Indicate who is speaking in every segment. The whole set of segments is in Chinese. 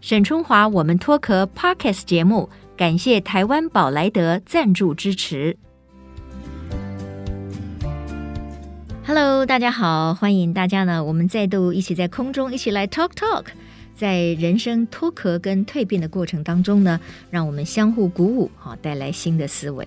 Speaker 1: 沈春华，我们脱壳 Pockets 节目，感谢台湾宝莱德赞助支持。Hello，大家好，欢迎大家呢，我们再度一起在空中一起来 talk talk。在人生脱壳跟蜕变的过程当中呢，让我们相互鼓舞，哈，带来新的思维。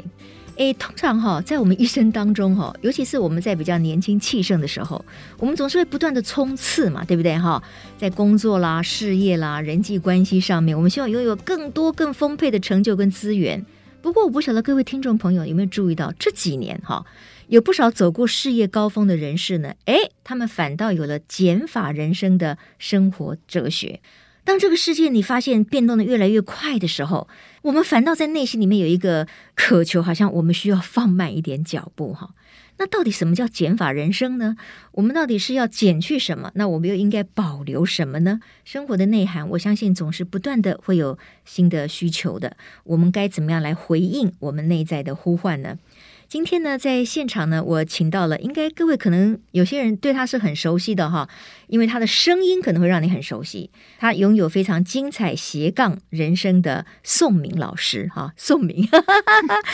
Speaker 1: 诶，通常哈、在我们一生当中哈、尤其是我们在比较年轻气盛的时候，我们总是会不断的冲刺嘛，对不对哈、在工作啦、事业啦、人际关系上面，我们希望拥有更多、更丰沛的成就跟资源。不过，我不晓得各位听众朋友有没有注意到，这几年哈、有不少走过事业高峰的人士呢，诶，他们反倒有了减法人生的生活哲学。当这个世界你发现变动的越来越快的时候，我们反倒在内心里面有一个渴求，好像我们需要放慢一点脚步哈。那到底什么叫减法人生呢？我们到底是要减去什么？那我们又应该保留什么呢？生活的内涵，我相信总是不断的会有新的需求的。我们该怎么样来回应我们内在的呼唤呢？今天呢，在现场呢，我请到了，应该各位可能有些人对他是很熟悉的哈，因为他的声音可能会让你很熟悉。他拥有非常精彩斜杠人生的宋明老师哈，宋明，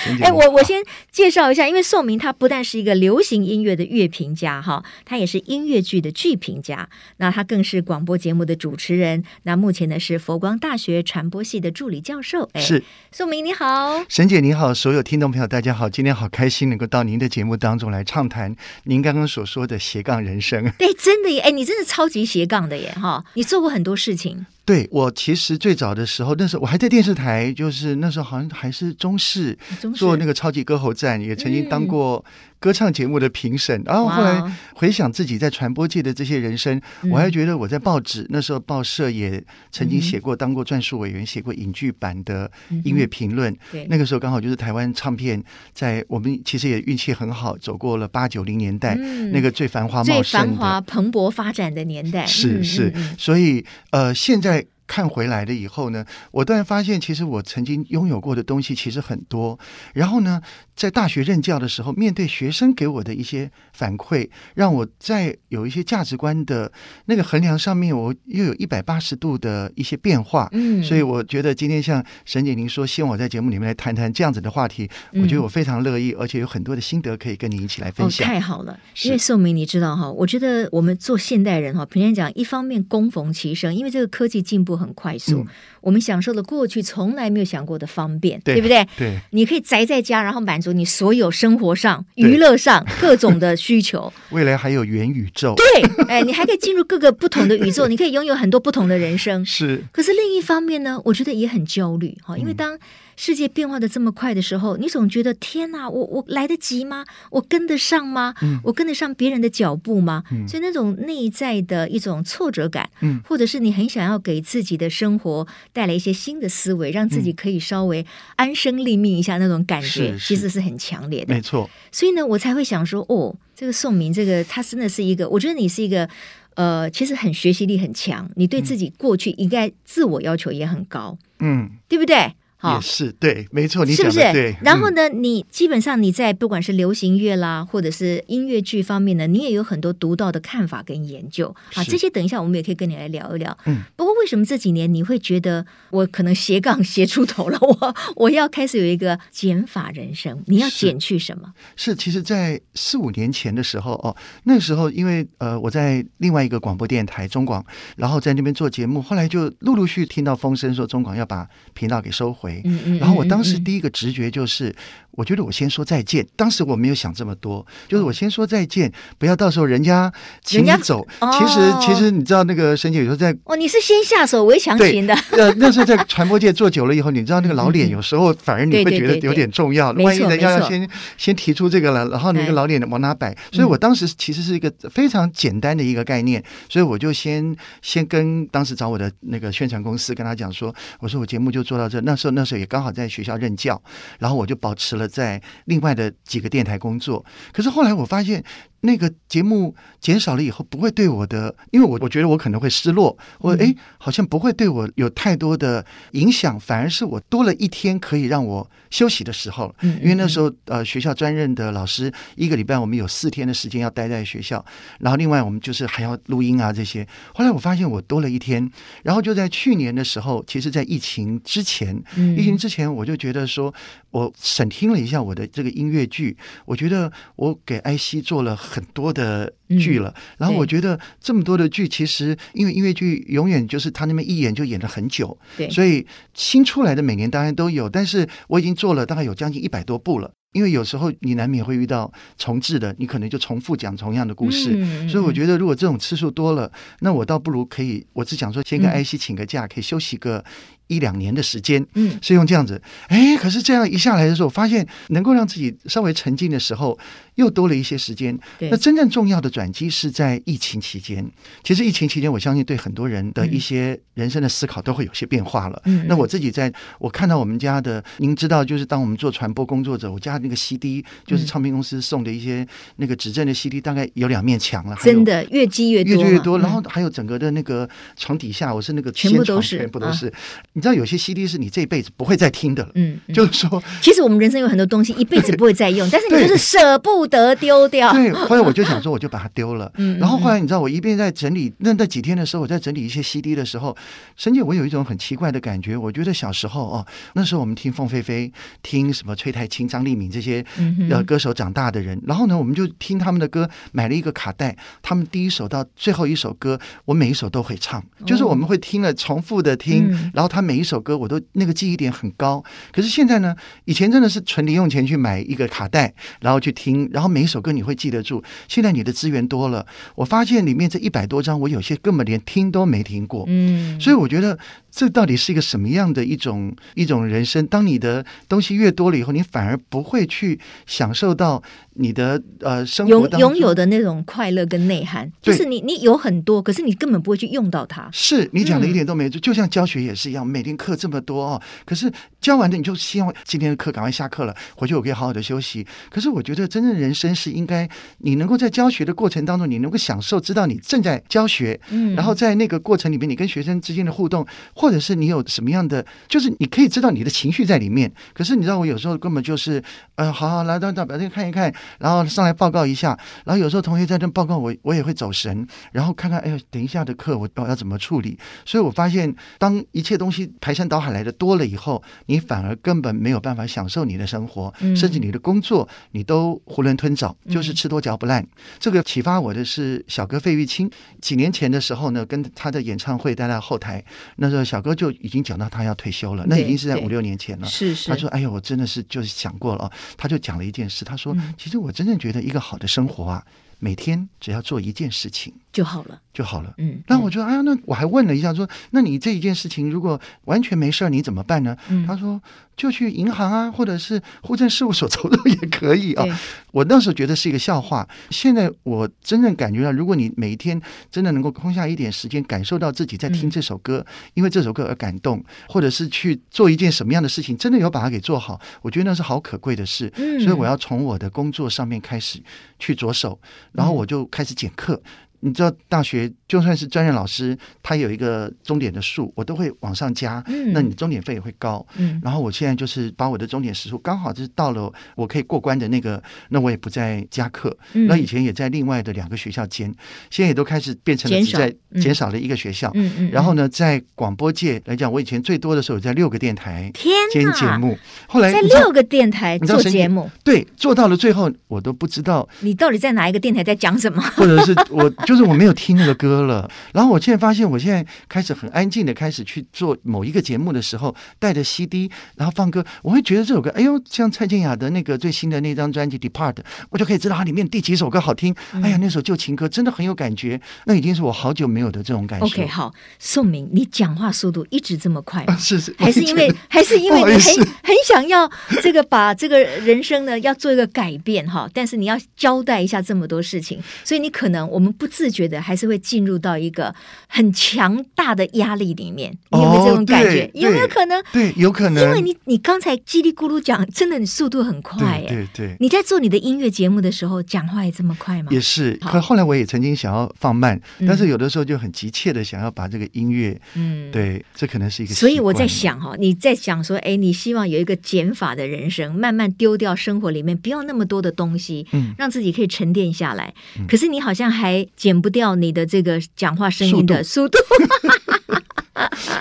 Speaker 2: 沈姐
Speaker 1: 哎，我我先介绍一下，因为宋明他不但是一个流行音乐的乐评家哈，他也是音乐剧的剧评家，那他更是广播节目的主持人，那目前呢是佛光大学传播系的助理教授。哎，
Speaker 2: 是
Speaker 1: 宋明你好，
Speaker 2: 沈姐你好，所有听众朋友大家好，今天好开心能够到您的节目当中来畅谈您刚刚所说的斜杠人生。
Speaker 1: 对，真的耶，哎，你真的超级斜杠的耶哈，你做过很多事情，
Speaker 2: 对我其实最早的时候，那时候我还在电视台，就是那时候好像还是中视
Speaker 1: 总是
Speaker 2: 做那个超级歌喉战，也曾经当过歌唱节目的评审。然后后
Speaker 1: 嗯哇哦嗯
Speaker 2: 来回想自己在传播界的这些人生，我还觉得我在报纸那时候报社也曾经写过，当过撰述委员，写过影剧版的
Speaker 1: 嗯
Speaker 2: 音乐评论。
Speaker 1: 对
Speaker 2: 那个时候刚好就是台湾唱片在我们其实也运气很好，走过了八九零年代、
Speaker 1: 嗯
Speaker 2: 那个最繁华
Speaker 1: 最
Speaker 2: 茂
Speaker 1: 繁
Speaker 2: 盛
Speaker 1: 华
Speaker 2: 的，
Speaker 1: 蓬勃发展的年代，
Speaker 2: 是
Speaker 1: 嗯
Speaker 2: 是，
Speaker 1: 嗯嗯
Speaker 2: 所以呃现在。看回来了以后呢，我突然发现，其实我曾经拥有过的东西其实很多。然后呢，在大学任教的时候，面对学生给我的一些反馈，让我在有一些价值观的那个衡量上面，我又有一百八十度的一些变化。
Speaker 1: 嗯，
Speaker 2: 所以我觉得今天像沈姐您说，希望我在节目里面来谈谈这样子的话题，
Speaker 1: 嗯
Speaker 2: 我觉得我非常乐意，而且有很多的心得可以跟你一起来分
Speaker 1: 哦，
Speaker 2: 享。
Speaker 1: 太好了！
Speaker 2: 是
Speaker 1: 因为宋明，你知道哈，我觉得我们做现代人哈，平常讲，一方面攻逢其生，因为这个科技进步很快速，
Speaker 2: 嗯
Speaker 1: 我们享受了过去从来没有想过的方便，
Speaker 2: 对
Speaker 1: 不对？
Speaker 2: 对，
Speaker 1: 你可以宅在家，然后满足你所有生活上、
Speaker 2: 对
Speaker 1: 娱乐上各种的需 求。
Speaker 2: 未来还有元宇宙，
Speaker 1: 对，哎，你还可以进入各个不同的宇宙，你可以拥有很多不同的人生。
Speaker 2: 是
Speaker 1: 可是另一方面呢，我觉得也很焦虑哈，
Speaker 2: 嗯
Speaker 1: 因为当世界变化的这么快的时候，你总觉得天哪，我我来得及吗？我跟得上吗？
Speaker 2: 嗯
Speaker 1: 我跟得上别人的脚步吗？所以那种内在的一种挫折感，
Speaker 2: 嗯
Speaker 1: 或者是你很想要给自己的生活带来一些新的思维，让自己可以稍微安身立命一下那种感觉，
Speaker 2: 嗯是是
Speaker 1: 其实是很强烈的。
Speaker 2: 没错，
Speaker 1: 所以呢，我才会想说，哦，这个宋明，这个他真的是一个，我觉得你是一个，呃，其实很学习力很强，你对自己过去应该自我要求也很高，
Speaker 2: 嗯，
Speaker 1: 对不对？
Speaker 2: 也是对，没错，你
Speaker 1: 是
Speaker 2: 讲
Speaker 1: 不
Speaker 2: 的
Speaker 1: 是
Speaker 2: 对。？
Speaker 1: 然后
Speaker 2: 嗯
Speaker 1: 呢，你基本上你在不管是流行乐啦，或者是音乐剧方面呢，你也有很多独到的看法跟研究啊。
Speaker 2: 是
Speaker 1: 这些等一下我们也可以跟你来聊一聊。
Speaker 2: 嗯，
Speaker 1: 不过为什么这几年你会觉得我可能斜杠斜出头了？我我要开始有一个减法人生，你要
Speaker 2: 是
Speaker 1: 减去什么？
Speaker 2: 是，其实，在四五年前的时候哦，那时候因为呃，我在另外一个广播电台中广，然后在那边做节目，后来就陆陆续续听到风声说中广要把频道给收回，
Speaker 1: 嗯嗯。
Speaker 2: 然后我
Speaker 1: 嗯
Speaker 2: 当时
Speaker 1: 嗯
Speaker 2: 第一个直觉就是，我觉得我先说再见。当时我没有想这么多，就是我先说再见，不要到时候人家请你
Speaker 1: 哦人家
Speaker 2: 走。
Speaker 1: 哦
Speaker 2: 其实其实你知道那个沈姐有时候在
Speaker 1: 哦，你是先下手为强
Speaker 2: 对
Speaker 1: 行的，
Speaker 2: 呃那时候在传播界做久了以后，你知道那个老脸有时候反而
Speaker 1: 对嗯
Speaker 2: 你会
Speaker 1: 对
Speaker 2: 觉
Speaker 1: 对
Speaker 2: 得
Speaker 1: 对
Speaker 2: 有点重要，
Speaker 1: 没
Speaker 2: 万一
Speaker 1: 错
Speaker 2: 人家
Speaker 1: 没
Speaker 2: 要
Speaker 1: 错
Speaker 2: 先先提出这个了，然后那
Speaker 1: 哎
Speaker 2: 个老脸往哪摆？所以
Speaker 1: 嗯
Speaker 2: 我当时其实是一个非常简单的一个概念，所以我就先先跟当时找我的那个宣传公司跟他讲说，我说我节目就做到这。那时候那时候也刚好在学校任教，然后我就保持了在另外的几个电台工作。可是后来我发现，那个节目减少了以后，不会对我的，因为我我觉得我可能会失落，我
Speaker 1: 嗯
Speaker 2: 哎、好像不会对我有太多的影响，反而是我多了一天可以让我休息的时候了。
Speaker 1: 嗯
Speaker 2: 因为那时
Speaker 1: 候
Speaker 2: 候呃，学校专任的老师一个礼拜我们有四天的时间要待在学校，然后另外我们就是还要录音啊这些。后来我发现我多了一天，然后就在去年的时候，其实，在疫情之前，疫
Speaker 1: 嗯
Speaker 2: 情之前我就觉得说，我审听了一下我的这个音乐剧，我觉得我给艾希做了很多的
Speaker 1: 嗯
Speaker 2: 剧了，然后我觉得这么多的剧，其实因为音乐剧永远就是他那么一演就演了很久，
Speaker 1: 对，
Speaker 2: 所以新出来的每年当然都有，但是我已经做了大概有将近一百多部了。因为有时候你难免会遇到重置的，你可能就重复讲同样的故事。
Speaker 1: 嗯
Speaker 2: 所以我
Speaker 1: 得
Speaker 2: 觉得，如果这种次数多了，那我倒不如可以，我只想说，先跟
Speaker 1: 嗯
Speaker 2: 艾希请个假，可以休息个一两年的时间，
Speaker 1: 嗯
Speaker 2: 是用这样子。哎，可是这样一下来的时候，我发现能够让自己稍微沉浸的时候，又多了一些时间。
Speaker 1: 对
Speaker 2: 那真正重要的转机是在疫情期间。其实疫情期间，我相信对很多人的一些人生的思考都会有些变化了。
Speaker 1: 嗯嗯嗯
Speaker 2: 那我自己在，我看到我们家的，您知道，就是当我们做传播工作者，我家那个 CD 就是
Speaker 1: 嗯
Speaker 2: 唱片公司送的一些那个指正的 CD，大概有两面墙了，还有
Speaker 1: 真的越积越多
Speaker 2: 越
Speaker 1: 嘛，
Speaker 2: 做越多，然后
Speaker 1: 嗯
Speaker 2: 还有整个的那个床底下，我是那个
Speaker 1: 全部
Speaker 2: 仙
Speaker 1: 都
Speaker 2: 床
Speaker 1: 是
Speaker 2: 全部
Speaker 1: 啊
Speaker 2: 都是。你知道有些 CD 是你这辈子不会再听的了，
Speaker 1: 嗯，嗯
Speaker 2: 就是说，
Speaker 1: 其实我们人生有很多东西一辈子不会再 用，但是你就是舍不得丢掉。
Speaker 2: 对。后来我就想说，我就把它丢了。
Speaker 1: 嗯，嗯
Speaker 2: 然后后
Speaker 1: 嗯
Speaker 2: 来你知道，我一边在整理那那几天的时候，我在整理一些 CD 的时候，沈姐，我有一种很奇怪的感觉。我觉得小时候哦，那时候我们听凤飞飞、听什么崔苔青、张丽敏这些
Speaker 1: 嗯哼
Speaker 2: 呃歌手长大的人，然后呢，我们就听他们的歌，买了一个卡带，他们第一首到最后一首歌，我每一首都会唱，就是我们会听了重复的听，
Speaker 1: 哦嗯
Speaker 2: 然后他每一首歌我都那个记忆点很高。可是现在呢，以前真的是存零用钱去买一个卡带，然后去听，然后每一首歌你会记得住。现在你的资源多了，我发现里面这一百多张，我有些根本连听都没听过。
Speaker 1: 嗯，
Speaker 2: 所以我觉得这到底是一个什么样的一种一种人生？当你的东西越多了以后，你反而不会去享受到你的呃生活
Speaker 1: 拥
Speaker 2: 当中
Speaker 1: 拥有的那种快乐跟内涵，就
Speaker 2: 对
Speaker 1: 是你你有很多，可是你根本不会去用到它。
Speaker 2: 是你讲的
Speaker 1: 嗯
Speaker 2: 一点都没错，就像教学也是一样，每天课这么多哦，可是教完的你就希望今天的课赶快下课了，回去我可以好好的休息。可是我觉得真正人生是应该，你能够在教学的过程当中，你能够享受，知道你正在教学，
Speaker 1: 嗯，
Speaker 2: 然后在那个过程里面，你跟学生之间的互动，或者是你有什么样的，就是你可以知道你的情绪在里面。可是你知道，我有时候根本就是，呃，好好来，到到把这个看一看，然后上来报告一下。然后有时候同学在这报告我，我也会走神，然后看看，哎呦，等一下的课我我要怎么处理？所以我发现，当一切东西排山倒海来的多了以后，你反而根本没有办法享受你的生活，
Speaker 1: 嗯
Speaker 2: 甚至你的工作你都囫囵吞枣，就是
Speaker 1: 嗯
Speaker 2: 吃多嚼不烂。这个启发我的是小哥费玉清，几年前的时候呢，跟他的演唱会待在后台，那时候小哥就已经讲到他要退休了，那
Speaker 1: 对
Speaker 2: 已经是在
Speaker 1: 对
Speaker 2: 五六年前了。
Speaker 1: 是是，
Speaker 2: 他说：“哎呦，我真的是就是想过了哦。”他就讲了一件事，他说
Speaker 1: 嗯：“
Speaker 2: 其实我真正觉得一个好的生活啊，每天只要做一件事情
Speaker 1: 就好了，
Speaker 2: 就好了。”
Speaker 1: 嗯，
Speaker 2: 那我就哎呀，那我还问了一下，说那你这一件事情如果完全没事儿，你怎么办呢？
Speaker 1: 嗯
Speaker 2: 他说就去银行啊，或者是户政事务所走走也可以啊
Speaker 1: 对。
Speaker 2: 我那时候觉得是一个笑话，现在我真正感觉到，如果你每一天真的能够空下一点时间，感受到自己在听
Speaker 1: 嗯
Speaker 2: 这首歌，因为这首歌而感动，或者是去做一件什么样的事情，真的有把它给做好，我觉得那是好可贵的事。
Speaker 1: 嗯，
Speaker 2: 所以我要从我的工作上面开始去着手，然后我就开始减课。你知道，大学就算是专业老师，他有一个终点的数，我都会往上加，
Speaker 1: 嗯，
Speaker 2: 那你终点费也会高。
Speaker 1: 嗯
Speaker 2: 然后我现在就是把我的终点时数刚好就是到了我可以过关的那个，那我也不再加课。
Speaker 1: 嗯，
Speaker 2: 那以前也在另外的两个学校兼，现在也都开始变成了
Speaker 1: 减
Speaker 2: 只
Speaker 1: 少
Speaker 2: 在
Speaker 1: 嗯
Speaker 2: 减少了一个学校。
Speaker 1: 嗯嗯，
Speaker 2: 然后呢，在广播界来讲，我以前最多的时候有在六个电台
Speaker 1: 天
Speaker 2: 兼
Speaker 1: 呐，
Speaker 2: 节目，后来
Speaker 1: 在
Speaker 2: 你知道
Speaker 1: 六个电台
Speaker 2: 你知道
Speaker 1: 做
Speaker 2: 神
Speaker 1: 节
Speaker 2: 经
Speaker 1: 目，
Speaker 2: 对，做到了最后，我都不知道，
Speaker 1: 你到底在哪一个电台在讲什么？
Speaker 2: 或者是我就是我没有听那个歌了。然后我现在发现，我现在开始很安静的开始去做某一个节目的时候，带着 CD，然后放歌，我会觉得这首歌，哎呦，像蔡健雅的那个最新的那张专辑《Depart》，我就可以知道它里面第几首歌好听。
Speaker 1: 嗯
Speaker 2: 哎呀，那首旧情歌真的很有感觉，那已经是我好久没有的这种感受。
Speaker 1: OK，好，宋明，你讲话速度一直这么快吗
Speaker 2: 啊，？ 是是，
Speaker 1: 还是
Speaker 2: 我以
Speaker 1: 因
Speaker 2: 前
Speaker 1: 为还是因为
Speaker 2: 不好
Speaker 1: 你
Speaker 2: 意
Speaker 1: 很
Speaker 2: 思
Speaker 1: 很想要这个把这个人生呢要做一个改变哈，但是你要交代一下这么多事情，所以你可能我们不自觉的还是会进入到一个很强大的压力里面，
Speaker 2: 哦
Speaker 1: 你有没有这种感觉？
Speaker 2: 对
Speaker 1: 有没有可能？
Speaker 2: 对，有可能，
Speaker 1: 因为你哎你刚才叽里咕噜讲，真的你速度很快
Speaker 2: 对
Speaker 1: 耶。
Speaker 2: 对对，
Speaker 1: 你在做你的音乐节目的时候，讲话也这么快吗？
Speaker 2: 也是。
Speaker 1: 好
Speaker 2: 可后来我也曾经想要放慢，但
Speaker 1: 嗯
Speaker 2: 是有的时候就很急切的想要把这个音乐，
Speaker 1: 嗯，。
Speaker 2: 对，这可能是一个。
Speaker 1: 所以我在，想哈、你在想说，哎，你希望有一个减法的人生，慢慢丢掉生活里面不要那么多的东西，
Speaker 2: 嗯，
Speaker 1: 让自己可以沉淀下来。可是你好像还减不掉你的这个讲话声音的速度。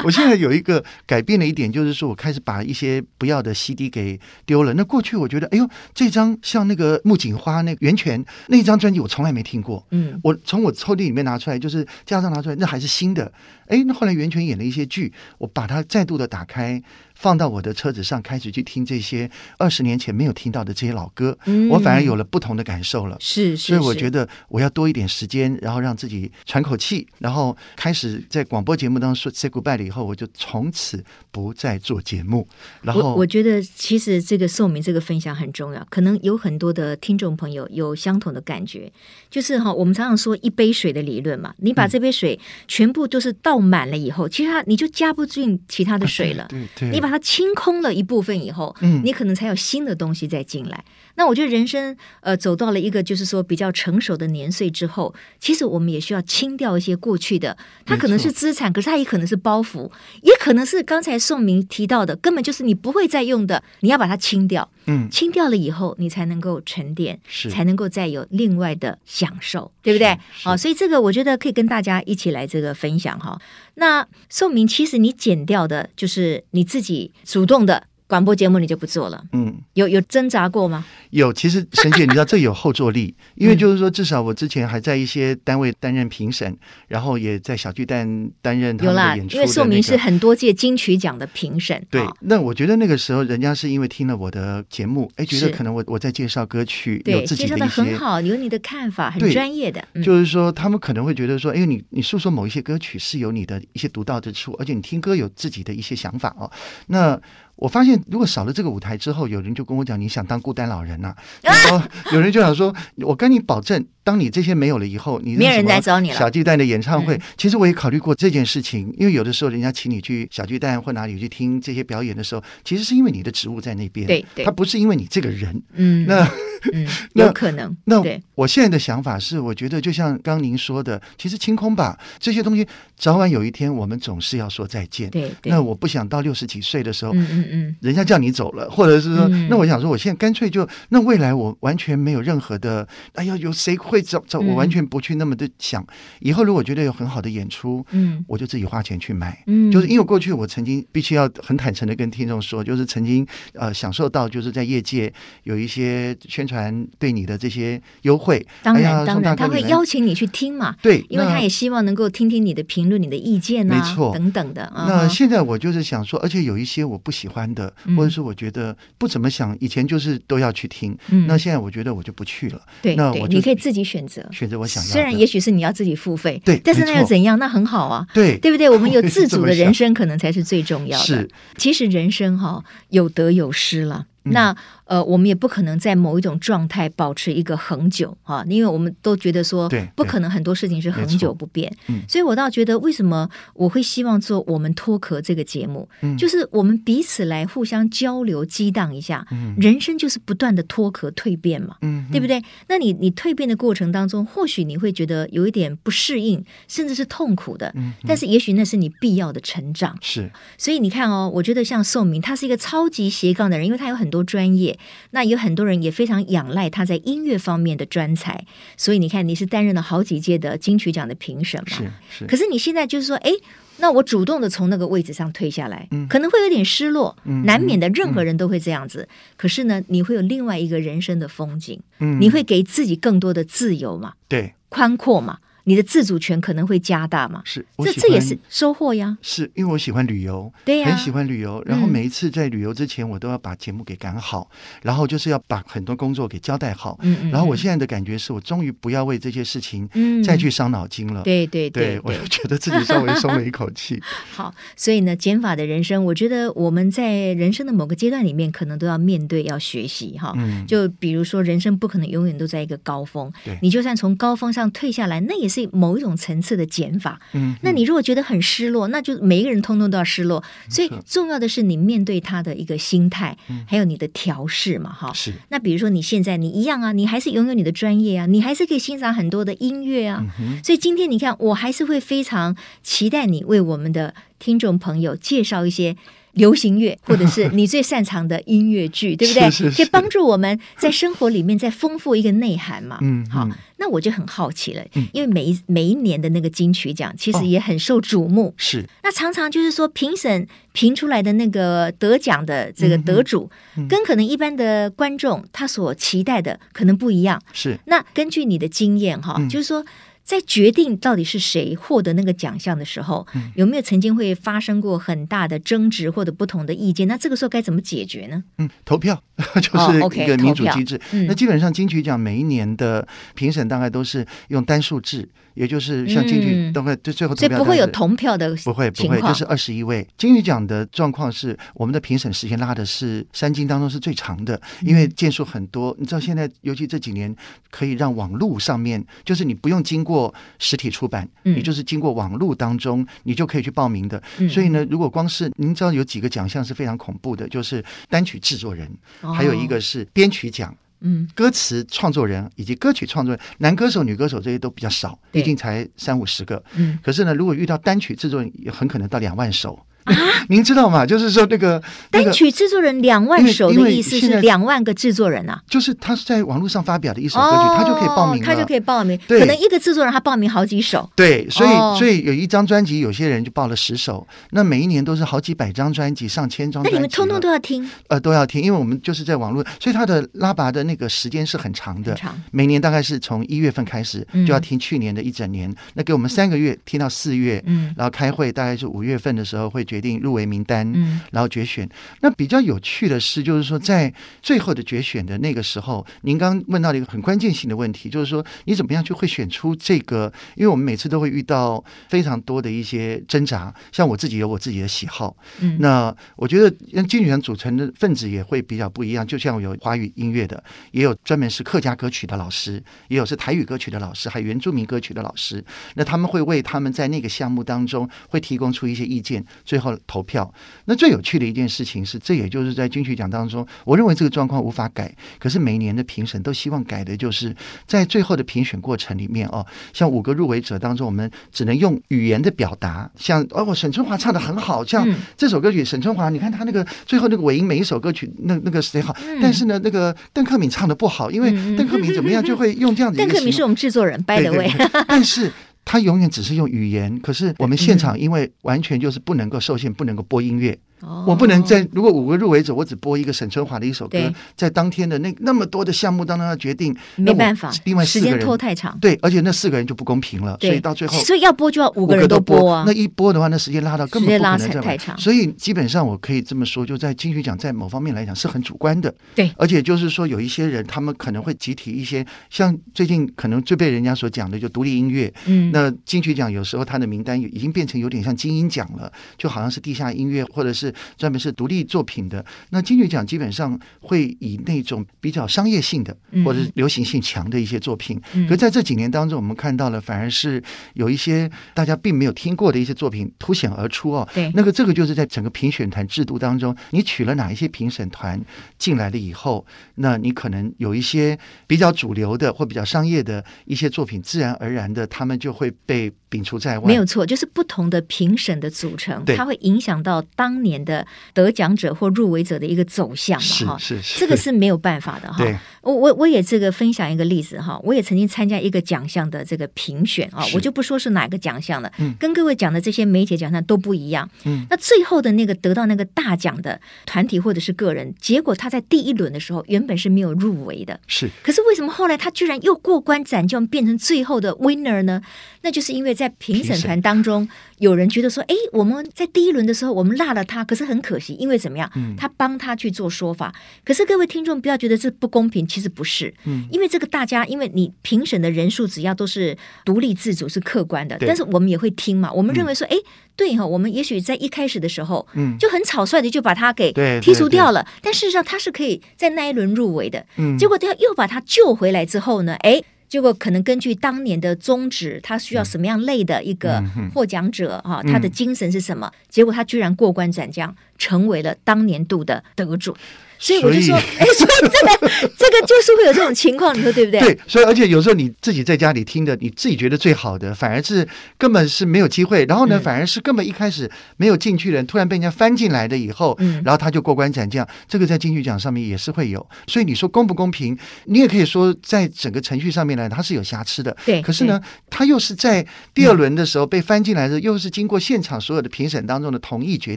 Speaker 2: 我现在有一个改变的一点，就是说我开始把一些不要的 CD 给丢了。那过去我觉得，哎呦，这张像那个木槿花、那个源泉那一张专辑，我从来没听过。
Speaker 1: 嗯
Speaker 2: 我从我抽屉里面拿出来，就是加上拿出来，那还是新的。哎，那后来袁泉演了一些剧，我把它再度的打开，放到我的车子上，开始去听这些二十年前没有听到的这些老歌，
Speaker 1: 嗯
Speaker 2: 我反而有了不同的感受了。
Speaker 1: 是是，
Speaker 2: 所以我觉
Speaker 1: 得
Speaker 2: 得我要多一点时间，然后让自己喘口气，然后开始在广播节目当中说 say goodbye 了以后，我就从此不再做节目。然
Speaker 1: 我
Speaker 2: 后
Speaker 1: 我觉得其实这个寿明这个分享很重要，可能有很多的听众朋友有相同的感觉，就是哈，我们常常说一杯水的理论嘛，你
Speaker 2: 嗯
Speaker 1: 把这杯水全部都是倒满了以后，其实它你就加不进其他的水了。
Speaker 2: 对对，
Speaker 1: 你把它清空了一部分以后，
Speaker 2: 嗯
Speaker 1: 你可能才有新的东西再进来。那我觉得人生呃走到了一个就是说比较成熟的年岁之后，其实我们也需要清掉一些过去的，它
Speaker 2: 没
Speaker 1: 可能
Speaker 2: 错
Speaker 1: 是资产，可是它也可能是包袱，也可能是刚才宋明提到的，根本就是你不会再用的，你要把它清掉。
Speaker 2: 嗯
Speaker 1: 清掉了以后，你才能够沉淀，
Speaker 2: 是
Speaker 1: 才能够再有另外的享受，对不对？
Speaker 2: 是
Speaker 1: 好、所以这个我觉得可以跟大家一起来这个分享哈。那宋明，其实你减掉的就是你自己主动的广播节目，你就不做了，
Speaker 2: 嗯。
Speaker 1: 有有挣扎过吗？
Speaker 2: 有，其实沈姐，你知道这有后坐力， 因为
Speaker 1: 嗯
Speaker 2: 就是说，至少我之前还在一些单位担任评审，然后也在小巨蛋担任他
Speaker 1: 有
Speaker 2: 们
Speaker 1: 啦，
Speaker 2: 的演
Speaker 1: 因
Speaker 2: 出的、那
Speaker 1: 为
Speaker 2: 个。
Speaker 1: 宋明是很多届金曲奖的评审，哦
Speaker 2: 对
Speaker 1: 哈，
Speaker 2: 那我觉得那个时候，人家是因为听了我的节目，哎，觉得
Speaker 1: 是
Speaker 2: 可能我我在介绍歌曲，有
Speaker 1: 对，
Speaker 2: 自己
Speaker 1: 介
Speaker 2: 的
Speaker 1: 绍
Speaker 2: 一
Speaker 1: 的
Speaker 2: 些
Speaker 1: 很好，有你的看法，很
Speaker 2: 对
Speaker 1: 专业的，嗯，
Speaker 2: 就是说，他们可能会觉得说，哎，你你诉说某一些歌曲是有你的一些独到之处，而且你听歌有自己的一些想法哦。那我发现，如果少了这个舞台之后，有人就跟我讲，你想当孤单老人呐、然 后有人就想说，我跟你保证，当你这些没有了以后，你
Speaker 1: 没有
Speaker 2: 那什
Speaker 1: 人
Speaker 2: 么
Speaker 1: 来找你了
Speaker 2: 小巨蛋的演唱会，
Speaker 1: 嗯
Speaker 2: 其实我也考虑过这件事情，因为有的时候人家请你去小巨蛋或哪里去听这些表演的时候，其实是因为你的职务在那边，
Speaker 1: 对对
Speaker 2: 他不是因为你这个人。
Speaker 1: 嗯，
Speaker 2: 那
Speaker 1: 嗯，
Speaker 2: 那
Speaker 1: 有可能，
Speaker 2: 那
Speaker 1: 对，
Speaker 2: 我现在的想法是，我觉得就像刚您说的，其实清空吧，这些东西早晚有一天我们总是要说再见。
Speaker 1: 对对，
Speaker 2: 那我不想到六十几岁的时候。
Speaker 1: 嗯嗯嗯，
Speaker 2: 人家叫你走了， 或者是说，
Speaker 1: 嗯
Speaker 2: 那我想说，我现在干脆就那未来我完全没有任何的，哎呀，有谁会走走？
Speaker 1: 嗯
Speaker 2: 我完全不去那么的想。以后如果觉得有很好的演出，
Speaker 1: 嗯
Speaker 2: 我就自己花钱去买。
Speaker 1: 嗯，
Speaker 2: 就是因为过去我曾经必须要很坦诚的跟听众说，就是曾经呃享受到就是在业界有一些宣传对你的这些优惠，
Speaker 1: 当
Speaker 2: 哎
Speaker 1: 然，
Speaker 2: 呀
Speaker 1: 当
Speaker 2: 宋大
Speaker 1: 然，
Speaker 2: 哥
Speaker 1: 他会
Speaker 2: 你来
Speaker 1: 邀请你去听嘛，
Speaker 2: 对，
Speaker 1: 因为
Speaker 2: 那
Speaker 1: 他也希望能够听听你的评论、你的意见呐、
Speaker 2: 没错
Speaker 1: 等等的。嗯
Speaker 2: 那现在我就是想说，而且有一些我不喜欢的，
Speaker 1: 嗯
Speaker 2: 或者是我觉得不怎么想，以前就是都要去听，
Speaker 1: 嗯
Speaker 2: 那现在我觉得我就不去了，
Speaker 1: 对
Speaker 2: 那
Speaker 1: 对，
Speaker 2: 我
Speaker 1: 你
Speaker 2: 就
Speaker 1: 可以自己选择。
Speaker 2: 选择我想要的。
Speaker 1: 虽然也许是你要自己付费，
Speaker 2: 对
Speaker 1: 但是
Speaker 2: 没
Speaker 1: 那又
Speaker 2: 错
Speaker 1: 怎样？那很好啊，
Speaker 2: 对
Speaker 1: 对不对？我们有
Speaker 2: 是
Speaker 1: 自
Speaker 2: 这
Speaker 1: 主
Speaker 2: 么
Speaker 1: 的人
Speaker 2: 想
Speaker 1: 生，可能才是最重要的。
Speaker 2: 是，
Speaker 1: 其实人生哈、有得有失了。
Speaker 2: 嗯
Speaker 1: 那呃，我们也不可能在某一种状态保持一个恒久哈、因为我们都觉得说
Speaker 2: 对对，
Speaker 1: 不可能很多事情是恒
Speaker 2: 没
Speaker 1: 久
Speaker 2: 错
Speaker 1: 不变
Speaker 2: 嗯。
Speaker 1: 所以我倒觉得，为什么我会希望做我们脱壳这个节目，
Speaker 2: 嗯
Speaker 1: 就是我们彼此来互相交流、激荡一下。
Speaker 2: 嗯
Speaker 1: 人生就是不断的脱壳蜕变嘛。
Speaker 2: 嗯，
Speaker 1: 对不
Speaker 2: 对？
Speaker 1: 对？那你你蜕变的过程当中，或许你会觉得有一点不适应，甚至是痛苦的，
Speaker 2: 嗯，嗯
Speaker 1: 但是也许那是你必要的成长。
Speaker 2: 是
Speaker 1: 所以你看哦，我觉得像宋明，他是一个超级斜杠的人，因为他有很多专业，那有很多人也非常仰赖他在音乐方面的专才。所以你看，你是担任了好几届的金曲奖的评审嘛，
Speaker 2: 是是，
Speaker 1: 啊可是你现在就是说，哎，那我主动的从那个位置上退下来，
Speaker 2: 嗯
Speaker 1: 可能会有点失落，
Speaker 2: 嗯
Speaker 1: 难免的，任何人都会这样子。可是呢，你会有另外一个人生的风景，
Speaker 2: 嗯
Speaker 1: 你会给自己更多的自由嘛，
Speaker 2: 对
Speaker 1: 宽阔嘛，你的自主权可能会加大嘛，
Speaker 2: 是，我
Speaker 1: 这
Speaker 2: 喜
Speaker 1: 这也
Speaker 2: 欢
Speaker 1: 是收获呀，
Speaker 2: 是因为我喜欢旅游，
Speaker 1: 对呀、
Speaker 2: 很喜欢旅游，然后
Speaker 1: 嗯
Speaker 2: 每一次在旅游之前，我都要把节目给赶好，然后就是要把很多工作给交代好。
Speaker 1: 嗯，嗯嗯，
Speaker 2: 然后我现在的感觉是我终于不要为这些事情
Speaker 1: 嗯
Speaker 2: 再去伤脑筋了。
Speaker 1: 对对
Speaker 2: 对，我就觉得自己稍微松了一口 气。
Speaker 1: 好，所以呢，减法的人生，我觉得我们在人生的某个阶段里面，可能都要面对，要学习哈。
Speaker 2: 嗯
Speaker 1: 就比如说，人生不可能永远都在一个高峰
Speaker 2: 对，
Speaker 1: 你就算从高峰上退下来，那也是某一种层次的减法。
Speaker 2: 嗯，
Speaker 1: 那你如果觉得很失落，那就每一个人通通都要失落。所以
Speaker 2: 没错
Speaker 1: 重要的是你面对他的一个心态
Speaker 2: 嗯，
Speaker 1: 还有你的调试嘛，哈。
Speaker 2: 是，
Speaker 1: 那比如说你现在你一样啊，你还是拥有你的专业啊，你还是可以欣赏很多的音乐啊。
Speaker 2: 嗯哼，
Speaker 1: 所以今天你看，我还是会非常期待你为我们的听众朋友介绍一些流行乐，或者是你最擅长的音乐 剧，对不对？
Speaker 2: 是是是
Speaker 1: 可以帮助我们在生活里面再丰富一个内涵嘛。
Speaker 2: 嗯，
Speaker 1: 好
Speaker 2: 嗯，
Speaker 1: 那我就很好奇了
Speaker 2: 嗯，
Speaker 1: 因为每一每一年的那个金曲奖其
Speaker 2: 哦
Speaker 1: 实也很受瞩目。
Speaker 2: 是，
Speaker 1: 那常常就是说，评审评出来的那个得奖的这个
Speaker 2: 嗯哼
Speaker 1: 得主，
Speaker 2: 嗯
Speaker 1: 跟可能一般的观众他所期待的可能不一样。
Speaker 2: 是，
Speaker 1: 那根据你的经验哈，
Speaker 2: 嗯
Speaker 1: 就是说。在决定到底是谁获得那个奖项的时候，
Speaker 2: 嗯
Speaker 1: 有没有曾经会发生过很大的争执或者不同的意见？那这个时候该怎么解决呢？
Speaker 2: 嗯，投票 就
Speaker 1: 哦
Speaker 2: 是
Speaker 1: ，OK，
Speaker 2: 一个民
Speaker 1: 投
Speaker 2: 主
Speaker 1: 票
Speaker 2: 机制。
Speaker 1: 嗯
Speaker 2: 那基本上金曲奖每一年的评审大概都是用单数制，也就是像金曲
Speaker 1: 嗯
Speaker 2: 大概最最后投
Speaker 1: 所以
Speaker 2: 票
Speaker 1: 不会
Speaker 2: 大概
Speaker 1: 有
Speaker 2: 是
Speaker 1: 同票的
Speaker 2: 不会不
Speaker 1: 情
Speaker 2: 会，
Speaker 1: 况
Speaker 2: 就是二十一位。金曲奖的状况是，我们的评审时间拉的是三金当中是最长的，
Speaker 1: 嗯
Speaker 2: 因为件数很多。你知道现在，尤其这几年，可以让网络上面，就是你不用经过实体出版，
Speaker 1: 嗯
Speaker 2: 你就是经过网络当中，你就可以去报名的。
Speaker 1: 嗯
Speaker 2: 所以呢，如果光是您知道有几个奖项是非常恐怖的，就是单曲制作人，还有一
Speaker 1: 哦
Speaker 2: 个是编曲奖。
Speaker 1: 嗯
Speaker 2: 歌词创作人以及歌曲创作人，男歌手、女歌手这些都比较少，
Speaker 1: 对
Speaker 2: 毕竟才三五十个。
Speaker 1: 嗯
Speaker 2: 可是呢，如果遇到单曲制作人，也很可能到两万首。 您知道吗？就是说那个那
Speaker 1: 啊单
Speaker 2: 个，
Speaker 1: 曲制作人两万首
Speaker 2: 因为
Speaker 1: 的
Speaker 2: 因为
Speaker 1: 意思
Speaker 2: 现
Speaker 1: 是
Speaker 2: 在
Speaker 1: 两万个制作人啊，
Speaker 2: 就是他是在网络上发表的一首歌曲，
Speaker 1: 哦，
Speaker 2: 他就可以报名了。
Speaker 1: 他就可以报名，
Speaker 2: 对
Speaker 1: 可能一个制作人他报名好几首，
Speaker 2: 对，所以、
Speaker 1: 哦
Speaker 2: 所以有一张专辑，有些人就报了十首，那每一年都是好几百张专辑，上千张
Speaker 1: 那
Speaker 2: 专辑
Speaker 1: 你
Speaker 2: 了。
Speaker 1: 们通通都要听，
Speaker 2: 呃都要听，因为我们就是在网络，所以他的拉拔的那个时间是很长的
Speaker 1: 很。长
Speaker 2: 每年大概是从一月份开始
Speaker 1: 嗯
Speaker 2: 就要听去年的一整年，那给我们三个月听到四月，
Speaker 1: 嗯
Speaker 2: 然后开会大概是五月份的时候会决定入围名单，
Speaker 1: 嗯
Speaker 2: 然后决选。那比较有趣的是，就是说在最后的决选的那个时候，您刚问到了一个很关键性的问题，就是说你怎么样去会选出这个？因为我们每次都会遇到非常多的一些挣扎，像我自己有我自己的喜好，
Speaker 1: 嗯
Speaker 2: 那我觉得跟金曲奖组成的分子也会比较不一样，就像有华语音乐的，也有专门是客家歌曲的老师，也有是台语歌曲的老师，还有原住民歌曲的老师。那他们会为他们在那个项目当中会提供出一些意见，最后投票。那最有趣的一件事情是，这也就是在金曲奖当中，我认为这个状况无法改，可是每一年的评审都希望改的就是在最后的评选过程里面哦，像五个入围者当中，我们只能用语言的表达，像哦，沈春华唱的很好，像
Speaker 1: 嗯
Speaker 2: 这首歌曲沈春华，你看他那个最后那个尾音，每一首歌曲那那个谁好，但是呢，那个邓克敏唱的不好，因为
Speaker 1: 嗯嗯嗯
Speaker 2: 邓克敏怎么样就会用这样子一
Speaker 1: 邓
Speaker 2: 个
Speaker 1: 克明
Speaker 2: 形
Speaker 1: 是我们制作人，by
Speaker 2: 对
Speaker 1: the
Speaker 2: 对
Speaker 1: way，
Speaker 2: 对但是。他永远只是用语言，可是我们现场因为完全就是不能够受限，不能够播音乐，我
Speaker 1: 我
Speaker 2: 不能在如果五个入围者，我只播一个沈春华的一首歌
Speaker 1: 对，
Speaker 2: 在当天的那那么多的项目当中要决定，那
Speaker 1: 没
Speaker 2: 我
Speaker 1: 办法，
Speaker 2: 另外
Speaker 1: 时
Speaker 2: 四个
Speaker 1: 间拖
Speaker 2: 人
Speaker 1: 太长，
Speaker 2: 对，而且那四个人就不公平了，所
Speaker 1: 对，
Speaker 2: 以到最后
Speaker 1: 所以要播就要五
Speaker 2: 五
Speaker 1: 个人
Speaker 2: 都
Speaker 1: 都播啊
Speaker 2: 那，一播的话，那时间拉到根
Speaker 1: 时间
Speaker 2: 本不
Speaker 1: 拉
Speaker 2: 可
Speaker 1: 太
Speaker 2: 能再
Speaker 1: 太
Speaker 2: 完
Speaker 1: 长
Speaker 2: 所以基本上我可以这么说，就在金曲奖在某方面来讲是很主观的。
Speaker 1: 对
Speaker 2: 而且就是说有一些人他们可能会集体一些，像最近可能最被人家所讲的就独立音乐，
Speaker 1: 嗯，
Speaker 2: 那金曲奖有时候它的名单已经变成有点像精英奖了，就好像是地下音乐或者是专门是独立作品的。那金曲奖基本上会以那种比较商业性的
Speaker 1: 嗯
Speaker 2: 或者是流行性强的一些作品。
Speaker 1: 嗯
Speaker 2: 可在这几年当中，我们看到了反而是有一些大家并没有听过的一些作品凸显而出哦。
Speaker 1: 对
Speaker 2: 那个这个就是在整个评选团制度当中，你取了哪一些评审团进来了以后，那你可能有一些比较主流的或比较商业的一些作品，自然而然的他们就会被摒除在外。
Speaker 1: 没有错，就是不同的评审的组成，
Speaker 2: 对
Speaker 1: 它会影响到当年的得奖者或入围者的一个走向
Speaker 2: 是
Speaker 1: 嘛，哈。
Speaker 2: 是是，
Speaker 1: 这个是没有办法的哈
Speaker 2: 对。
Speaker 1: 我我我也这个分享一个例子哈，我也曾经参加一个奖项的这个评选啊，
Speaker 2: 是
Speaker 1: 我就不说是哪个奖项了，
Speaker 2: 嗯
Speaker 1: 跟各位讲的这些媒体奖项都不一样。
Speaker 2: 嗯
Speaker 1: 那最后的那个得到那个大奖的团体或者是个人，结果他在第一轮的时候原本是没有入围的，
Speaker 2: 是
Speaker 1: 可是为什么后来他居然又过关斩将，变成最后的 winner 呢？那就是因为在评审团当中，有人觉得说，哎，我们在第一轮的时候我们落了他，可是很可惜，因为怎么样，
Speaker 2: 嗯
Speaker 1: 他帮他去做说法。可是各位听众不要觉得这不公平，其实不是，
Speaker 2: 嗯
Speaker 1: 因为这个大家，因为你评审的人数只要都是独立自主是客观的，
Speaker 2: 对
Speaker 1: 但是我们也会听嘛，我们认为说，哎、对哈、我们也许在一开始的时候，
Speaker 2: 嗯
Speaker 1: 就很草率的就把他给
Speaker 2: 对对
Speaker 1: 剔除掉了，但事实上他是可以在那一轮入围的，
Speaker 2: 嗯
Speaker 1: 结果他又把他救回来之后呢，哎，结果可能根据当年的宗旨，他需要什么样类的一个
Speaker 2: 嗯哼
Speaker 1: 获奖者啊，他的精神是什么？结果他居然过关斩将，成为了当年度的得主。所以我就说，
Speaker 2: 所以
Speaker 1: 哎，所以这个这个就是会有这种情况，你说对不对？
Speaker 2: 对，所以而且有时候你自己在家里听的，你自己觉得最好的，反而是根本是没有机会，然后呢，
Speaker 1: 嗯
Speaker 2: 反而是根本一开始没有进去的人，突然被人家翻进来的以后，
Speaker 1: 嗯
Speaker 2: 然后他就过关斩将，这个在金曲奖上面也是会有。所以你说公不公平？你也可以说在整个程序上面来，它是有瑕疵的。
Speaker 1: 对
Speaker 2: 可是呢，他又是在第二轮的时候被翻进来的时候，又是经过现场所有的评审当中的同意决